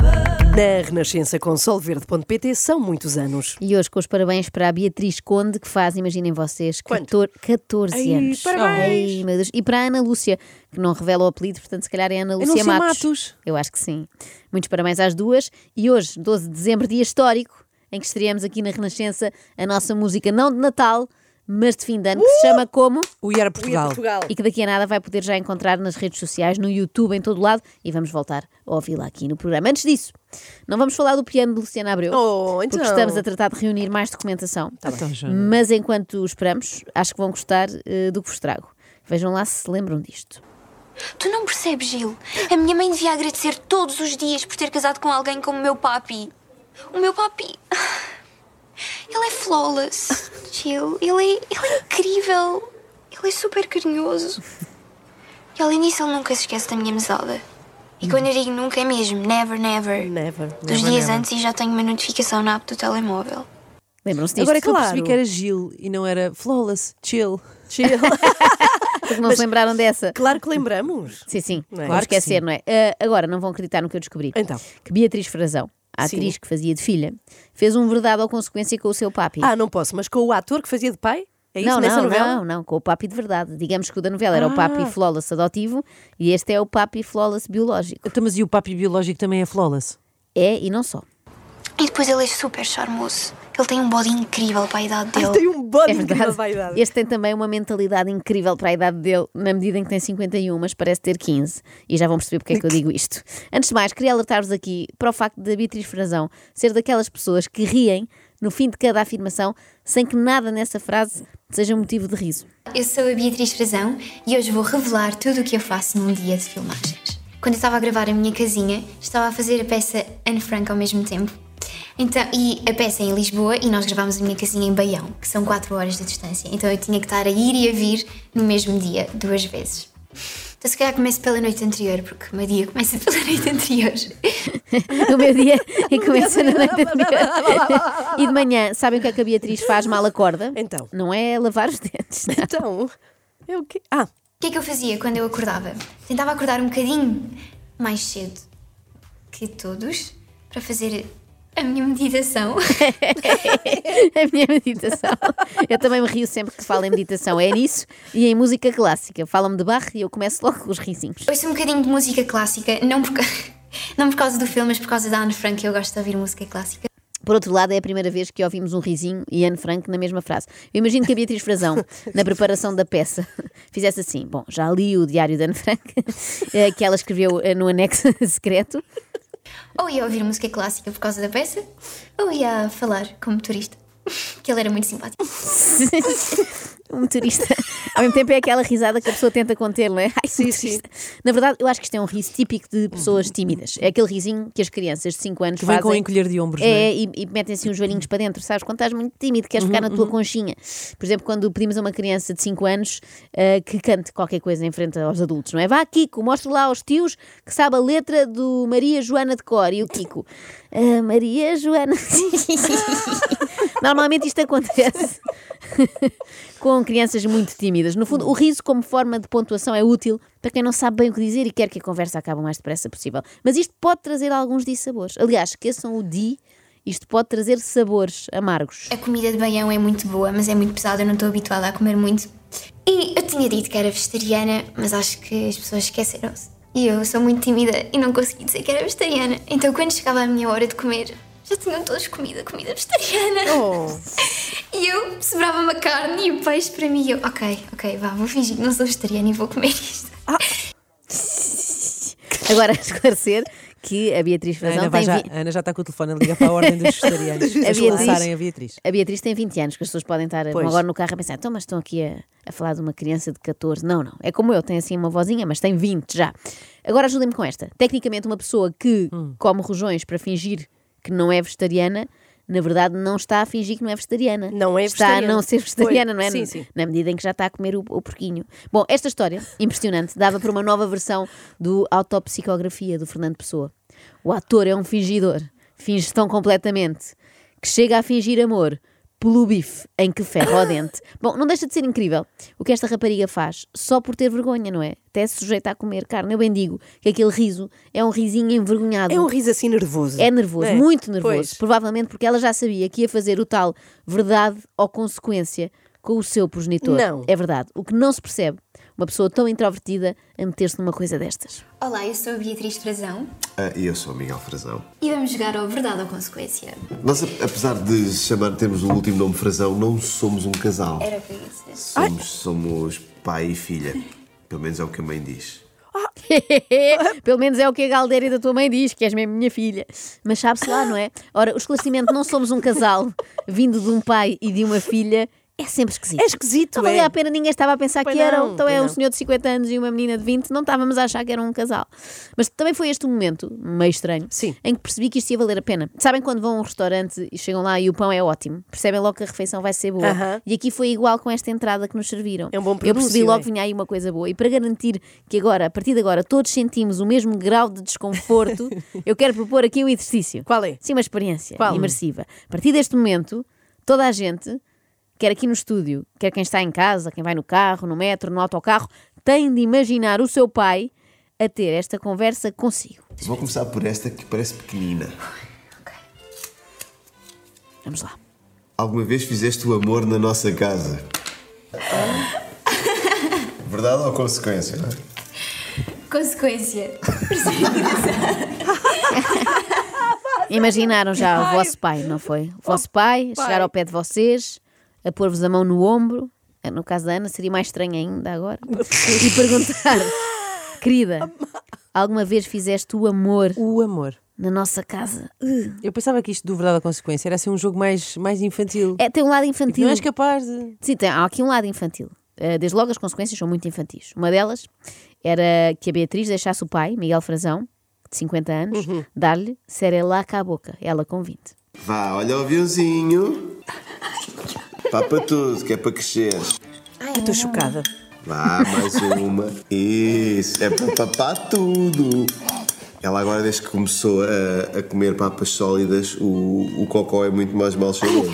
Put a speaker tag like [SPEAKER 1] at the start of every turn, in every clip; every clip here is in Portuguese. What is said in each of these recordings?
[SPEAKER 1] Na Renascença com solverde.pt são muitos anos.
[SPEAKER 2] E hoje com os parabéns para a Beatriz Conde, que faz, imaginem vocês,
[SPEAKER 1] Quanto?
[SPEAKER 2] 14, 14
[SPEAKER 1] Ai,
[SPEAKER 2] anos.
[SPEAKER 1] parabéns!
[SPEAKER 2] Ai, meu Deus. E para a Ana Lúcia, que não revela o apelido, portanto, se calhar é Ana Lúcia
[SPEAKER 1] Lúcia
[SPEAKER 2] Matos.
[SPEAKER 1] Matos.
[SPEAKER 2] Eu acho que sim. Muitos parabéns às duas. E hoje, 12 de dezembro, dia histórico, em que estreamos aqui na Renascença a nossa música, não de Natal, mas de fim de ano, que se
[SPEAKER 1] Uh!
[SPEAKER 2] chama como?
[SPEAKER 3] O Ier Portugal.
[SPEAKER 2] E que daqui a nada vai poder já encontrar nas redes sociais, no YouTube, em todo lado. E vamos voltar a ouvi-la aqui no programa. Antes disso, não vamos falar do piano de Luciana Abreu.
[SPEAKER 1] Oh, então.
[SPEAKER 2] Porque estamos a tratar de reunir mais documentação.
[SPEAKER 3] Então, já.
[SPEAKER 2] Mas enquanto esperamos, acho que vão gostar eh, do que vos trago. Vejam lá se se lembram disto.
[SPEAKER 4] Tu não percebes, Gil? A minha mãe devia agradecer todos os dias por ter casado com alguém como o meu papi. O meu papi. Ele é flawless, Gil. Ele é, ele é incrível. Ele é super carinhoso. E além disso, ele nunca se esquece da minha mesada. E quando eu digo nunca é mesmo, never, never.
[SPEAKER 1] Never.
[SPEAKER 4] Dos
[SPEAKER 1] never,
[SPEAKER 4] dias
[SPEAKER 1] never.
[SPEAKER 4] antes e já tenho uma notificação na app do telemóvel.
[SPEAKER 2] Lembram-se disto?
[SPEAKER 3] Agora é que eu
[SPEAKER 1] Claro.
[SPEAKER 3] percebi que era Gil e não era Flawless, Chill.
[SPEAKER 1] Chill.
[SPEAKER 2] Porque não se lembraram dessa.
[SPEAKER 1] claro que lembramos.
[SPEAKER 2] Sim, sim.
[SPEAKER 1] Não é?
[SPEAKER 2] Vou
[SPEAKER 1] Claro que
[SPEAKER 2] esquecer, não é? Ah, agora, não vão acreditar no que eu descobri.
[SPEAKER 1] Então.
[SPEAKER 2] Que Beatriz Frazão, a
[SPEAKER 1] Sim.
[SPEAKER 2] atriz que fazia de filha, fez um verdade ou consequência com o seu papi.
[SPEAKER 1] Ah, não posso, mas com o ator que fazia de pai? É isso
[SPEAKER 2] não,
[SPEAKER 1] nessa
[SPEAKER 2] não,
[SPEAKER 1] novela?
[SPEAKER 2] não, não, com o papi de verdade. Digamos que o da novela era o papi
[SPEAKER 3] Ah.
[SPEAKER 2] flawless adotivo e este é o papi flawless biológico.
[SPEAKER 3] Então, mas e o papi biológico também é Flawless?
[SPEAKER 2] É e não só.
[SPEAKER 4] E depois ele é super charmoso. Ele tem um body incrível para a idade
[SPEAKER 1] Ai,
[SPEAKER 4] dele.
[SPEAKER 1] tem um bode
[SPEAKER 2] É
[SPEAKER 1] incrível de
[SPEAKER 2] verdade.
[SPEAKER 1] vaidade.
[SPEAKER 2] Este tem também uma mentalidade incrível para a idade dele, na medida em que tem 51, mas parece ter 15. E já vão perceber porque é que eu digo isto. Antes de mais, queria alertar-vos aqui para o facto de a Beatriz Frazão ser daquelas pessoas que riem no fim de cada afirmação, sem que nada nessa frase seja motivo de riso.
[SPEAKER 5] Eu sou a Beatriz Frazão e hoje vou revelar tudo o que eu faço num dia de filmagens. Quando eu estava a gravar a minha casinha, estava a fazer a peça Anne Frank ao mesmo tempo. Então, e a peça é em Lisboa e nós gravámos a minha casinha em Baião, que são 4 horas de distância. Então eu tinha que estar a ir e a vir no mesmo dia, duas vezes. Então se calhar começo pela noite anterior, porque o meu dia começa pela noite anterior.
[SPEAKER 2] O meu dia e começa na noite anterior. E de manhã, sabem o que é que a Beatriz faz mal acorda?
[SPEAKER 1] Então.
[SPEAKER 2] Não é lavar os dentes. não.
[SPEAKER 1] Então, é o quê? Ah,
[SPEAKER 5] O que é que eu fazia quando eu acordava? Tentava acordar um bocadinho mais cedo que todos para fazer a minha meditação.
[SPEAKER 2] é A minha meditação. Eu também me rio sempre que falo em meditação. É nisso e em música clássica. Falam-me de barro e eu começo logo com os risinhos.
[SPEAKER 5] Ouço um bocadinho de música clássica, não por, ca- não por causa do filme, mas por causa da Anne Frank, eu gosto de ouvir música clássica.
[SPEAKER 2] Por outro lado, é a primeira vez que ouvimos um risinho e Anne Frank na mesma frase. Eu imagino que a Beatriz Frazão, na preparação da peça, fizesse assim: Bom, já li o diário de Anne Frank, eh, que ela escreveu eh, no anexo secreto.
[SPEAKER 5] Ou ia ouvir música clássica por causa da peça, ou ia falar como turista, que ele era muito simpático.
[SPEAKER 2] um motorista. Ao mesmo tempo é aquela risada que a pessoa tenta conter, não é? Ai, sim, sim. Na verdade, eu acho que isto é um riso típico de pessoas tímidas. É aquele risinho que as crianças de 5 anos
[SPEAKER 3] Que vem
[SPEAKER 2] fazem.
[SPEAKER 3] com encolher de ombros, não é?
[SPEAKER 2] É, e, e metem assim os joelhinhos para dentro, sabes? Quando estás muito tímido, queres ficar na
[SPEAKER 3] Uhum,
[SPEAKER 2] tua conchinha. Por exemplo, quando pedimos a uma criança de 5 anos ah, que cante qualquer coisa em frente aos adultos, não é? Vá, Kiko, mostra lá aos tios que sabe a letra do Maria Joana de Cor e o Kiko. "Ah, Maria Joana. Normalmente isto acontece com crianças muito tímidas. No fundo, o riso como forma de pontuação é útil para quem não sabe bem o que dizer e quer que a conversa acabe o mais depressa possível. Mas isto pode trazer alguns dissabores. Aliás, esqueçam o di, isto pode trazer sabores amargos.
[SPEAKER 5] A comida de Baião é muito boa, mas é muito pesada, eu não estou habituada a comer muito. E eu tinha dito que era vegetariana, mas acho que as pessoas esqueceram-se. E eu sou muito tímida e não consegui dizer que era vegetariana. Então quando chegava a minha hora de comer, já tinham todos comido a comida vegetariana.
[SPEAKER 2] Oh.
[SPEAKER 5] E eu sobrava-me a carne e o peixe para mim. E eu, ok, ok, vá, vou fingir que não sou vegetariana e vou comer isto.
[SPEAKER 2] Agora, esclarecer que a Beatriz
[SPEAKER 3] A Ana,
[SPEAKER 2] Frazão
[SPEAKER 3] vai
[SPEAKER 2] tem.
[SPEAKER 3] já,
[SPEAKER 2] vi-
[SPEAKER 3] a Ana já está com o telefone a ligar para a ordem dos vegetarianos.
[SPEAKER 2] A
[SPEAKER 3] Deixa
[SPEAKER 2] Beatriz-
[SPEAKER 3] lançarem a Beatriz.
[SPEAKER 2] A Beatriz tem 20 anos, que as pessoas podem estar
[SPEAKER 1] Pois.
[SPEAKER 2] agora no carro a pensar, então, mas estão aqui a, a falar de uma criança de 14. Não, não. É como eu, tem assim uma vozinha, mas tem 20 já. Agora ajudem-me com esta. Tecnicamente, uma pessoa que
[SPEAKER 1] Hum.
[SPEAKER 2] come rojões para fingir que não é vegetariana, na verdade não está a fingir que não é vegetariana.
[SPEAKER 1] Não é
[SPEAKER 2] está
[SPEAKER 1] vegetariana.
[SPEAKER 2] a não ser vegetariana,
[SPEAKER 1] Pois.
[SPEAKER 2] não
[SPEAKER 1] Sim,
[SPEAKER 2] é?
[SPEAKER 1] sim.
[SPEAKER 2] Na medida em que já está a comer o, o porquinho. Bom, esta história, impressionante, dava para uma nova versão do Autopsicografia do Fernando Pessoa. O ator é um fingidor, finge tão completamente, que chega a fingir amor pelo bife em que ferro ao dente. Bom, não deixa de ser incrível o que esta rapariga faz só por ter vergonha, não é? Até se sujeita a comer carne. Eu bem digo que aquele riso é um risinho envergonhado.
[SPEAKER 1] É um riso assim nervoso.
[SPEAKER 2] É nervoso,
[SPEAKER 1] É,
[SPEAKER 2] muito nervoso.
[SPEAKER 1] pois.
[SPEAKER 2] Provavelmente porque ela já sabia que ia fazer o tal verdade ou consequência com o seu progenitor.
[SPEAKER 1] Não.
[SPEAKER 2] É verdade. O que não se percebe, uma pessoa tão introvertida a meter-se numa coisa destas.
[SPEAKER 5] Olá, eu sou a Beatriz Frazão
[SPEAKER 6] Ah, E eu sou o Miguel Frazão.
[SPEAKER 5] e vamos jogar ao Verdade ou Consequência.
[SPEAKER 6] Nós, a- apesar de chamar, termos o último nome Frazão, não somos um casal.
[SPEAKER 5] Era o que eu ia dizer.
[SPEAKER 6] Somos, somos pai e filha. Pelo menos é o que a mãe diz.
[SPEAKER 2] Pelo menos é o que a Galdeira da tua mãe diz, que és mesmo minha filha. Mas sabe-se lá, não é? Ora, o esclarecimento não somos um casal vindo de um pai e de uma filha é sempre esquisito.
[SPEAKER 1] É esquisito,
[SPEAKER 2] Não valia
[SPEAKER 1] é.
[SPEAKER 2] a pena, ninguém estava a pensar
[SPEAKER 1] Pois
[SPEAKER 2] que eram.
[SPEAKER 1] não,
[SPEAKER 2] Então é
[SPEAKER 1] pois
[SPEAKER 2] um
[SPEAKER 1] não.
[SPEAKER 2] senhor de 50 anos e uma menina de 20, não estávamos a achar que eram um casal. Mas também foi este um momento, meio estranho,
[SPEAKER 1] Sim.
[SPEAKER 2] em que percebi que isto ia valer a pena. Sabem quando vão a um restaurante e chegam lá e o pão é ótimo? Percebem logo que a refeição vai ser boa.
[SPEAKER 1] Aham.
[SPEAKER 2] E aqui foi igual com esta entrada que nos serviram.
[SPEAKER 1] É um bom
[SPEAKER 2] Eu percebi
[SPEAKER 1] prenúncio,
[SPEAKER 2] logo
[SPEAKER 1] é?
[SPEAKER 2] vinha aí uma coisa boa. E para garantir que agora, a partir de agora, todos sentimos o mesmo grau de desconforto, eu quero propor aqui um exercício.
[SPEAKER 1] Qual é?
[SPEAKER 2] Sim, uma experiência
[SPEAKER 1] Qual?
[SPEAKER 2] imersiva. A partir deste momento, toda a gente, quer aqui no estúdio, quer quem está em casa, quem vai no carro, no metro, no autocarro, tem de imaginar o seu pai a ter esta conversa consigo.
[SPEAKER 6] Vou começar por esta que parece pequenina.
[SPEAKER 2] Vamos lá.
[SPEAKER 6] Alguma vez fizeste o amor na nossa casa? Verdade ou consequência? não é?
[SPEAKER 5] Consequência.
[SPEAKER 2] Imaginaram já o vosso pai, não foi? O vosso pai, a chegar ao pé de vocês, a pôr-vos a mão no ombro, Eh, no caso da Ana seria mais estranho ainda agora, e perguntar: Querida, alguma vez fizeste o amor
[SPEAKER 3] O amor.
[SPEAKER 2] na nossa casa?
[SPEAKER 3] Eu pensava que isto do Verdade à Consequência era assim um jogo mais, mais infantil.
[SPEAKER 2] É, tem um lado
[SPEAKER 3] Tipo,
[SPEAKER 2] infantil.
[SPEAKER 3] Não és capaz de.
[SPEAKER 2] Sim, tem, há aqui um lado infantil. Eh, Desde logo as consequências são muito infantis. Uma delas era que a Beatriz deixasse o pai, Miguel Frazão, de 50 anos, dar-lhe Cerelac à boca, ela com 20.
[SPEAKER 6] Vá, olha o aviãozinho. Vá para tudo, que é para crescer.
[SPEAKER 1] Estou chocada.
[SPEAKER 6] Vá, mais uma. Isso, é para papar tudo. Ela agora, desde que começou a, a comer papas sólidas, o, o cocó é muito mais mal cheiroso.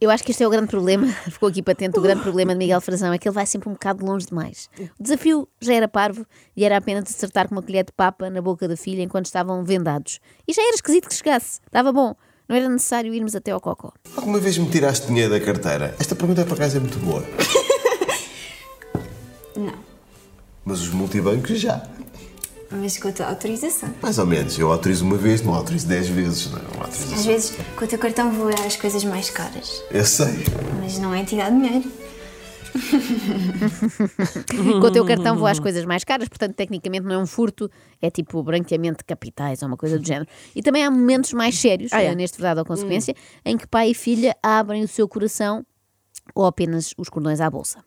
[SPEAKER 2] Eu acho que este é o grande problema, ficou aqui patente o grande problema de Miguel Frazão, é que ele vai sempre um bocado longe demais. O desafio já era parvo e era apenas acertar com uma colher de papa na boca da filha enquanto estavam vendados. E já era esquisito que chegasse, estava bom, não era necessário irmos até ao cocó.
[SPEAKER 6] Alguma vez me tiraste dinheiro da carteira? Esta pergunta para casa é muito boa.
[SPEAKER 5] Não,
[SPEAKER 6] Mas os multibancos já.
[SPEAKER 5] mas com a tua autorização.
[SPEAKER 6] Mais ou menos. Eu autorizo uma vez, não autorizo dez vezes. Não, não autorizo
[SPEAKER 5] Às vezes, com o teu cartão vou às coisas mais caras,
[SPEAKER 6] Eu sei.
[SPEAKER 5] mas não é te dar dinheiro.
[SPEAKER 2] Com o teu cartão vou às coisas mais caras, portanto, tecnicamente não é um furto, é tipo branqueamento de capitais ou uma coisa do género. E também há momentos mais sérios,
[SPEAKER 1] Ah, é? Hum.
[SPEAKER 2] eh, neste verdade ou consequência, em que pai e filha abrem o seu coração ou apenas os cordões à bolsa.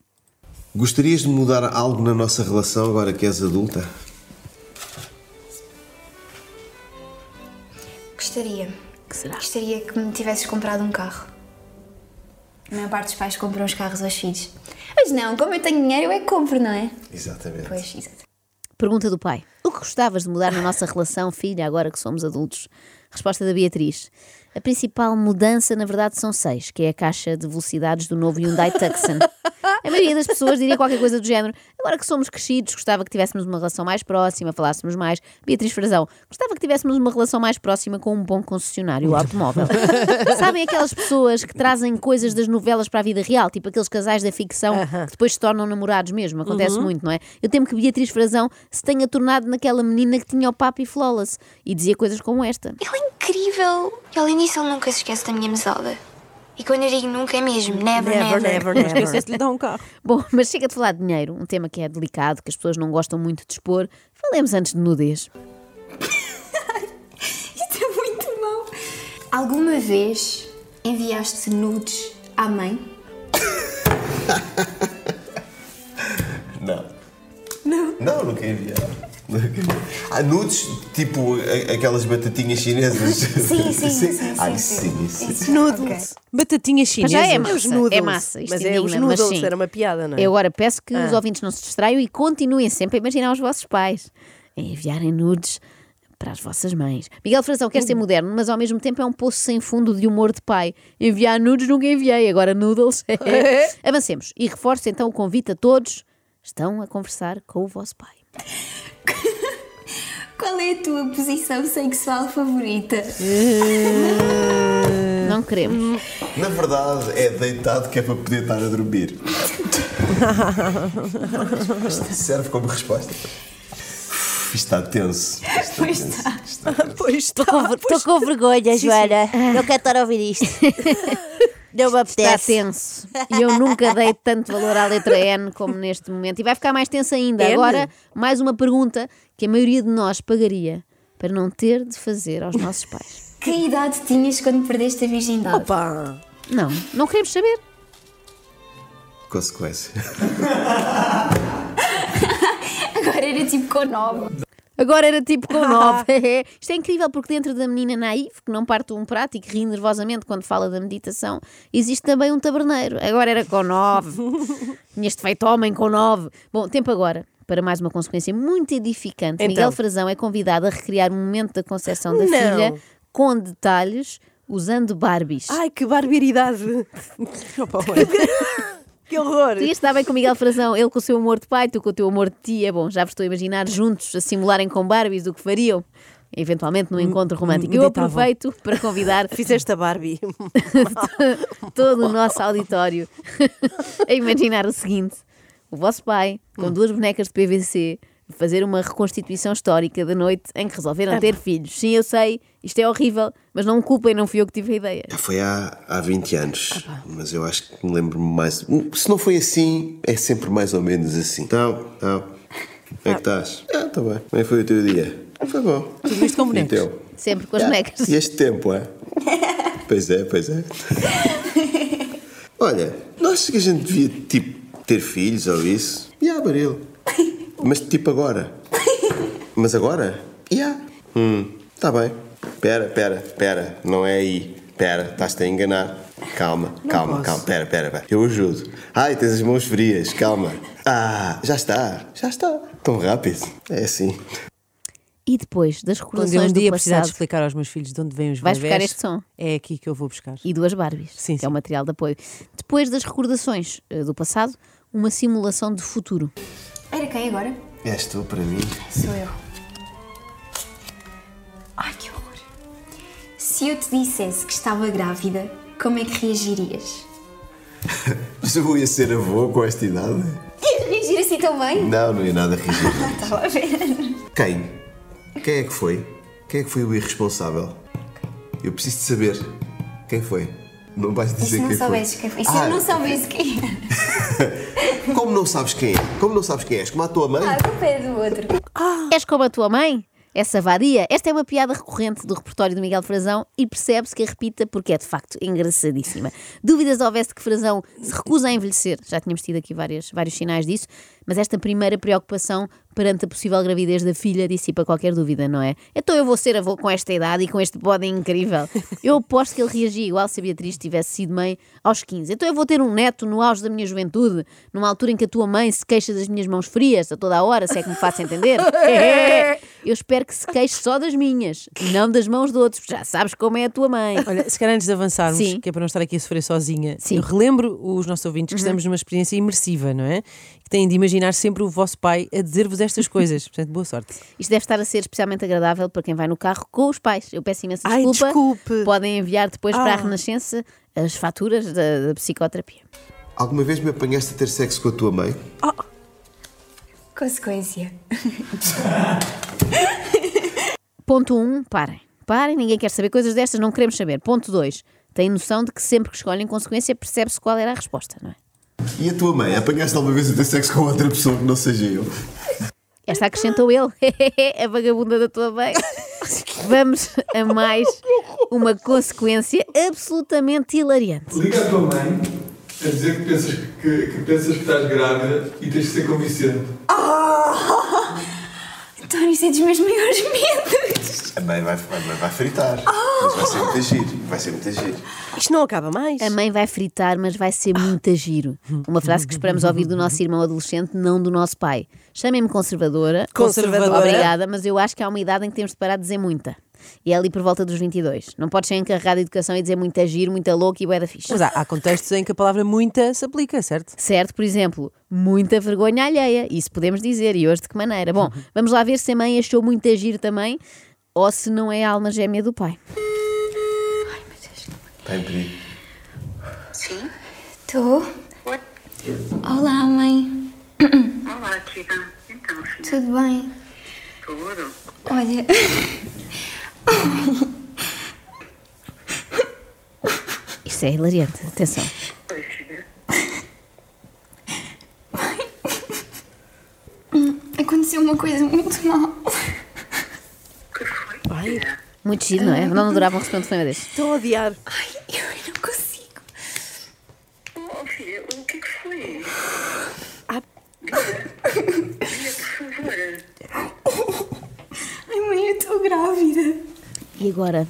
[SPEAKER 6] Gostarias de mudar algo na nossa relação agora que és adulta?
[SPEAKER 5] Gostaria.
[SPEAKER 2] Que será?
[SPEAKER 5] Gostaria que me tivesses comprado um carro. A maior parte dos pais compram os carros aos filhos. Mas não, como eu tenho dinheiro, eu é que compro, não é?
[SPEAKER 6] Exatamente.
[SPEAKER 5] Pois, exato.
[SPEAKER 2] Pergunta do pai: O que gostavas de mudar na nossa relação, filha, agora que somos adultos? Resposta da Beatriz: A principal mudança, na verdade, são seis, que é a caixa de velocidades do novo Hyundai Tucson. A maioria das pessoas diria qualquer coisa do género. Agora que somos crescidos, gostava que tivéssemos uma relação mais próxima, falássemos mais. Beatriz Frazão, gostava que tivéssemos uma relação mais próxima com um bom concessionário automóvel. Sabem aquelas pessoas que trazem coisas das novelas para a vida real, tipo aqueles casais da ficção que depois se tornam namorados mesmo? Acontece muito, não é? Eu temo que Beatriz Frazão se tenha tornado naquela menina que tinha o papo e flawless e dizia coisas como esta.
[SPEAKER 4] Ele é incrível. E além disso, ele nunca se esquece da minha mesada. E quando eu digo nunca é mesmo. Never,
[SPEAKER 1] Never,
[SPEAKER 4] never.
[SPEAKER 1] never, never.
[SPEAKER 3] Esqueceste-lhe de dar um carro.
[SPEAKER 2] Bom, mas chega de falar de dinheiro, um tema que é delicado, que as pessoas não gostam muito de expor. Falemos antes de nudez.
[SPEAKER 5] Isto é muito mau. Alguma vez enviaste nudes à mãe?
[SPEAKER 6] Não. Não? Não, nunca enviar. Nunca enviar. Há nudes, tipo a- aquelas batatinhas chinesas.
[SPEAKER 5] Sim, sim, sim,
[SPEAKER 6] Ai,
[SPEAKER 5] sim,
[SPEAKER 6] sim, sim.
[SPEAKER 1] Noodles.
[SPEAKER 3] Batatinhas
[SPEAKER 2] Mas
[SPEAKER 3] chinesas.
[SPEAKER 2] já é massa.
[SPEAKER 1] Os noodles.
[SPEAKER 2] É massa. Isto
[SPEAKER 1] Mas é
[SPEAKER 2] indigna,
[SPEAKER 1] os noodles,
[SPEAKER 2] mas sim.
[SPEAKER 1] era uma piada, não é?
[SPEAKER 2] Eu agora peço que os ouvintes não se distraiam e continuem sempre a imaginar os vossos pais a enviarem nudes para as vossas mães. Miguel Frazão quer ser moderno, mas ao mesmo tempo é um poço sem fundo de humor de pai. Enviar nudes nunca enviei, agora noodles. é. Avancemos e reforço então o convite a todos: estão a conversar com o vosso pai.
[SPEAKER 5] Qual é a tua posição sexual favorita?
[SPEAKER 2] Não queremos.
[SPEAKER 6] Na verdade, é deitado que é para poder estar a dormir. Serve como resposta. Uf, Isto está tenso. Isto está
[SPEAKER 5] Pois
[SPEAKER 6] tenso.
[SPEAKER 5] está.
[SPEAKER 6] Isto está tenso.
[SPEAKER 1] Pois está.
[SPEAKER 7] Estou com vergonha, Joana. Não quero estar a ouvir isto. Não
[SPEAKER 2] Está
[SPEAKER 7] me apetece.
[SPEAKER 2] Tá tenso. E eu nunca dei tanto valor à letra N como neste momento. E vai ficar mais tenso ainda.
[SPEAKER 1] N?
[SPEAKER 2] Agora, mais uma pergunta que a maioria de nós pagaria para não ter de fazer aos nossos pais.
[SPEAKER 5] Que idade tinhas quando perdeste a virgindade?
[SPEAKER 1] Opa.
[SPEAKER 2] Não, não queremos saber.
[SPEAKER 6] Consequência.
[SPEAKER 5] Agora era tipo com nove.
[SPEAKER 2] Agora era tipo com 9. Isto é incrível porque dentro da menina naive, que não parte um prato e que ri nervosamente quando fala da meditação, existe também um taberneiro. Agora era com 9. Neste feito homem com 9. Bom, tempo agora. Para mais uma consequência muito edificante,
[SPEAKER 1] Então.
[SPEAKER 2] Miguel Frazão é convidado a recriar o momento da concepção da
[SPEAKER 1] Não.
[SPEAKER 2] filha com detalhes, usando Barbies.
[SPEAKER 1] Ai, que barbaridade. Opa, olha. que horror.
[SPEAKER 2] Tu ias dar bem com o Miguel Frazão, ele com o seu humor de pai, tu com o teu humor de tia. Bom, já vos estou a imaginar juntos a simularem com Barbies o que fariam, eventualmente num encontro romântico. Eu
[SPEAKER 3] meditavam.
[SPEAKER 2] aproveito para convidar
[SPEAKER 1] Fizeste a Barbie.
[SPEAKER 2] todo o nosso auditório a imaginar o seguinte: o vosso pai, com duas bonecas de PVC, a fazer uma reconstituição histórica da noite em que resolveram ter filhos. Sim, eu sei, isto é horrível, mas não me culpem, não fui eu que tive a ideia.
[SPEAKER 6] Já foi há, há 20
[SPEAKER 3] Ah,
[SPEAKER 6] anos, mas eu acho que me lembro mais. Se não foi assim, é sempre mais ou menos assim. Então, então. Como é que estás? Ah, está bem. Como é que foi o teu dia? Foi bom.
[SPEAKER 3] Tudo isto com
[SPEAKER 6] E o
[SPEAKER 3] bonecos.
[SPEAKER 6] teu?
[SPEAKER 2] Sempre com as
[SPEAKER 6] Ah,
[SPEAKER 2] bonecas.
[SPEAKER 6] E este tempo, é? pois é, pois é. Olha, não acho que a gente devia, tipo, ter filhos ou isso. E yeah, Baril. Mas, tipo, agora. Mas agora? E yeah. Hum, tá bem. Pera, pera, pera. Não é aí. Pera, estás-te a enganar. Calma, calma, calma. Pera, pera, pera. Eu ajudo. Ai, tens as mãos frias. Calma. Ah, já está. Já está. Tão rápido. É assim.
[SPEAKER 2] E depois das
[SPEAKER 3] Quando eu um
[SPEAKER 2] recordações do
[SPEAKER 3] dia precisar de
[SPEAKER 2] passado
[SPEAKER 3] explicar aos meus filhos de onde vêm os
[SPEAKER 2] Vais
[SPEAKER 3] bebés,
[SPEAKER 2] buscar este som?
[SPEAKER 3] é aqui que eu vou buscar.
[SPEAKER 2] e duas Barbies,
[SPEAKER 3] Sim,
[SPEAKER 2] que é o
[SPEAKER 3] sim.
[SPEAKER 2] material de apoio. Depois das recordações eh, do passado, uma simulação de futuro.
[SPEAKER 5] Era quem agora?
[SPEAKER 6] És tu para mim.
[SPEAKER 5] Sou eu. Ai que horror. Se eu te dissesse que estava grávida, como é que reagirias?
[SPEAKER 6] Mas eu ia ser avô com esta idade?
[SPEAKER 5] Ias reagir assim tão bem?
[SPEAKER 6] Não, não é nada ridículo.
[SPEAKER 5] Estava a ver.
[SPEAKER 6] Quem? Quem é que foi? Quem é que foi o irresponsável? Eu preciso de saber quem foi. Não vais
[SPEAKER 5] E
[SPEAKER 6] dizer
[SPEAKER 5] se não
[SPEAKER 6] quem
[SPEAKER 5] soubesse
[SPEAKER 6] foi.
[SPEAKER 5] quem foi? E se
[SPEAKER 6] Ah,
[SPEAKER 5] eu não soubesse quem era?
[SPEAKER 6] Como não sabes quem é? Como não sabes quem és? Como a tua mãe?
[SPEAKER 5] Ah, a culpa é do outro.
[SPEAKER 2] És como a tua mãe? Essa vadia? Esta é uma piada recorrente do repertório do Miguel Frazão e percebe-se que a repita porque é de facto engraçadíssima. Dúvidas houvesse de que Frazão se recusa a envelhecer. Já tínhamos tido aqui várias, vários sinais disso, mas esta primeira preocupação perante a possível gravidez da filha dissipa qualquer dúvida, não é? Então eu vou ser avô com esta idade e com este body incrível. Eu aposto que ele reagia igual se a Beatriz tivesse sido mãe aos 15. Então eu vou ter um neto no auge da minha juventude, numa altura em que a tua mãe se queixa das minhas mãos frias a toda a hora, se é que me faço entender. Eu espero que se queixe só das minhas, não das mãos de outros. Já sabes como é a tua mãe.
[SPEAKER 3] Olha, se calhar antes de avançarmos,
[SPEAKER 2] Sim.
[SPEAKER 3] que é para não estar aqui a sofrer sozinha,
[SPEAKER 2] Sim.
[SPEAKER 3] eu relembro os nossos ouvintes que
[SPEAKER 1] Uhum.
[SPEAKER 3] estamos numa experiência imersiva, não é? Que têm de imaginar sempre o vosso pai a dizer-vos estas coisas. Portanto, boa sorte.
[SPEAKER 2] Isto deve estar a ser especialmente agradável para quem vai no carro com os pais. Eu peço imensa
[SPEAKER 1] Ai,
[SPEAKER 2] desculpa.
[SPEAKER 1] desculpe.
[SPEAKER 2] Podem enviar depois para a
[SPEAKER 1] Ah.
[SPEAKER 2] Renascença as faturas da, da psicoterapia.
[SPEAKER 6] Alguma vez me apanhaste a ter sexo com a tua mãe?
[SPEAKER 5] Consequência.
[SPEAKER 2] Ponto 1, um, parem. Parem, ninguém quer saber coisas destas, não queremos saber. Ponto 2, têm noção de que sempre que escolhem consequência percebe-se qual era a resposta, não é?
[SPEAKER 6] E a tua mãe? Apanhaste alguma vez a ter sexo com outra pessoa que não seja eu?
[SPEAKER 2] Esta acrescentou ele, a vagabunda da tua mãe. Vamos a mais uma consequência absolutamente hilariante.
[SPEAKER 8] Liga à tua mãe a dizer que pensas que, que pensas que estás grávida e tens de ser convincente.
[SPEAKER 5] António, isso é dos meus maiores medos.
[SPEAKER 6] A mãe vai, vai, vai- vai fritar. Mas vai ser muito agir. Vai ser muito agir.
[SPEAKER 1] Isto não acaba mais.
[SPEAKER 2] A mãe vai fritar, mas vai ser muito giro. Uma frase que esperamos ouvir do nosso irmão adolescente, não do nosso pai. Chamem-me conservadora.
[SPEAKER 3] Conservadora.
[SPEAKER 2] Obrigada, mas eu acho que há uma idade em que temos de parar de dizer muita. E é ali por volta dos 22. Não podes ser encarregada de educação e dizer muita giro, muita louca e bué da fixe.
[SPEAKER 3] Mas há, há contextos em que a palavra muita se aplica, certo?
[SPEAKER 2] Certo, por exemplo, muita vergonha alheia. Isso podemos dizer, e hoje de que maneira. Bom, vamos lá ver se a mãe achou muito agir também ou se não é a alma gêmea do pai.
[SPEAKER 6] Está em perigo.
[SPEAKER 9] Sim?
[SPEAKER 5] Estou.
[SPEAKER 9] Oi?
[SPEAKER 5] Olá, mãe.
[SPEAKER 9] Olá, querida. Então, filha,
[SPEAKER 5] Tudo bem?
[SPEAKER 9] tudo?
[SPEAKER 5] Olha.
[SPEAKER 2] Isso é hilariante, atenção.
[SPEAKER 9] Oi, filha.
[SPEAKER 5] Aconteceu uma coisa muito mal.
[SPEAKER 9] que foi?
[SPEAKER 2] Muito giro, não é? Não adoravam receber um telefonema deste.
[SPEAKER 1] Estou a odiar.
[SPEAKER 5] Ai, eu não consigo.
[SPEAKER 9] Oh, filha, o que é que foi?
[SPEAKER 1] Ah.
[SPEAKER 9] Diga, diga, por favor.
[SPEAKER 5] Ai, mãe, eu estou grávida.
[SPEAKER 2] E agora,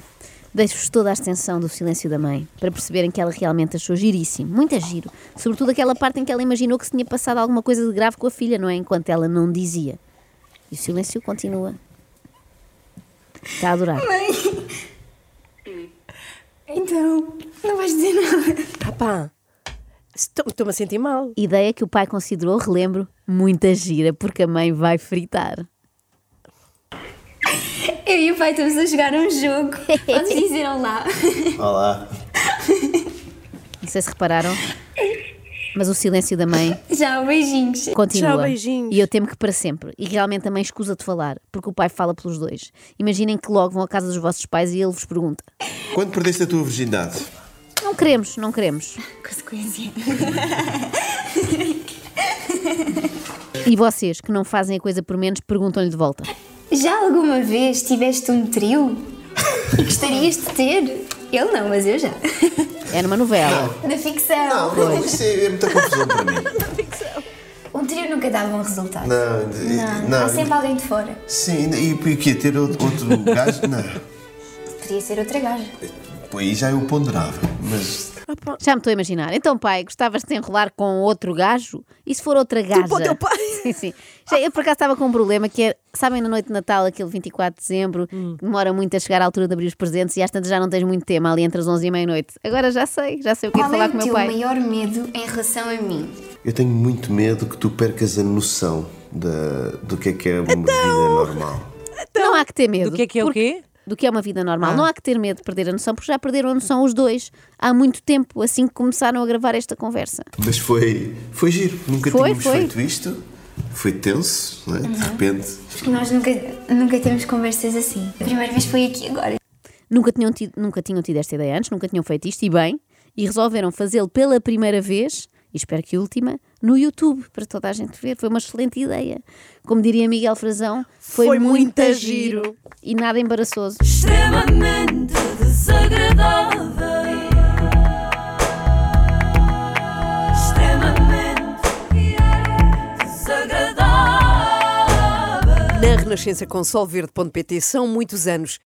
[SPEAKER 2] deixo-vos toda a extensão do silêncio da mãe, para perceberem que ela realmente achou giríssimo, muito é giro, sobretudo aquela parte em que ela imaginou que se tinha passado alguma coisa de grave com a filha, não é? Enquanto ela não dizia. E o silêncio continua. Está a adorar.
[SPEAKER 5] Então, não vais dizer nada.
[SPEAKER 1] Ah, pá. Estou- Estou-me a sentir mal.
[SPEAKER 2] Ideia que o pai considerou, relembro, muita gira, porque a mãe vai fritar.
[SPEAKER 5] Eu e o pai estamos a jogar um jogo. Podes dizer olá.
[SPEAKER 6] Olá.
[SPEAKER 2] Não sei se repararam, mas o silêncio da mãe
[SPEAKER 5] Já, beijinhos.
[SPEAKER 2] Continua.
[SPEAKER 1] Tchau, beijinhos.
[SPEAKER 2] E eu temo que para sempre. E realmente a mãe escusa de falar, porque o pai fala pelos dois. Imaginem que logo vão à casa dos vossos pais e ele vos pergunta:
[SPEAKER 6] Quando perdeste a tua virgindade?
[SPEAKER 2] Não queremos, não queremos.
[SPEAKER 5] Consequência.
[SPEAKER 2] E vocês, que não fazem a coisa por menos, perguntam-lhe de volta.
[SPEAKER 5] Já alguma vez tiveste um trio? E gostarias de ter? Ele não, mas eu já.
[SPEAKER 2] É numa novela.
[SPEAKER 5] Na ficção.
[SPEAKER 6] não, isso é, é muita confusão para mim.
[SPEAKER 5] Um trio nunca dava um resultado.
[SPEAKER 6] Não,
[SPEAKER 5] Não,
[SPEAKER 6] de-
[SPEAKER 5] Há sempre
[SPEAKER 2] é
[SPEAKER 6] não.
[SPEAKER 5] alguém de fora.
[SPEAKER 6] Sim, e o quê? Ter outro, outro gajo? Não.
[SPEAKER 5] Poderia ser outra gaja.
[SPEAKER 6] Pô, Aí já eu ponderava, mas
[SPEAKER 2] Já me estou a imaginar. Então, pai, gostavas de te enrolar com outro gajo? E se for outra gaja?
[SPEAKER 1] Tipo o teu pai.
[SPEAKER 2] Sim, sim. Já, eu por acaso estava com um problema que é, sabem, na noite de Natal, aquele 24 de dezembro,
[SPEAKER 1] Hum.
[SPEAKER 2] que demora muito a chegar à altura de abrir os presentes e às tantas já não tens muito tema ali entre as 11 e meia-noite. Agora já sei, já sei o que é
[SPEAKER 5] Qual
[SPEAKER 2] falar
[SPEAKER 5] é
[SPEAKER 2] com o
[SPEAKER 5] o
[SPEAKER 2] meu
[SPEAKER 5] teu
[SPEAKER 2] pai.
[SPEAKER 5] maior medo em relação a mim?
[SPEAKER 6] eu tenho muito medo que tu percas a noção da, do que é que é uma
[SPEAKER 2] Então!
[SPEAKER 6] vida normal.
[SPEAKER 2] Não há que ter medo.
[SPEAKER 3] Do que é que é o
[SPEAKER 2] porque-
[SPEAKER 3] quê? Ah.
[SPEAKER 2] Do que é uma vida normal. Não há que ter medo de perder a noção, porque já perderam a noção os dois há muito tempo, assim que começaram a gravar esta conversa.
[SPEAKER 6] Mas foi, foi giro, nunca
[SPEAKER 2] Foi,
[SPEAKER 6] tínhamos
[SPEAKER 2] foi. Uhum.
[SPEAKER 6] feito isto. Foi tenso, não é? De repente.
[SPEAKER 5] Porque nós nunca, nunca temos conversas assim. A primeira vez foi aqui agora.
[SPEAKER 2] Nunca tinham tido, nunca tinham tido esta ideia antes, nunca tinham feito isto, e bem, e resolveram fazê-lo pela primeira vez, e espero que última, no YouTube, para toda a gente ver. Foi uma excelente ideia. Como diria Miguel Frazão, foi,
[SPEAKER 1] Foi muito
[SPEAKER 2] muito
[SPEAKER 1] giro.
[SPEAKER 2] giro e nada embaraçoso.
[SPEAKER 10] extremamente desagradável. Extremamente desagradável.
[SPEAKER 1] Na Renascença com solverde.pt são muitos anos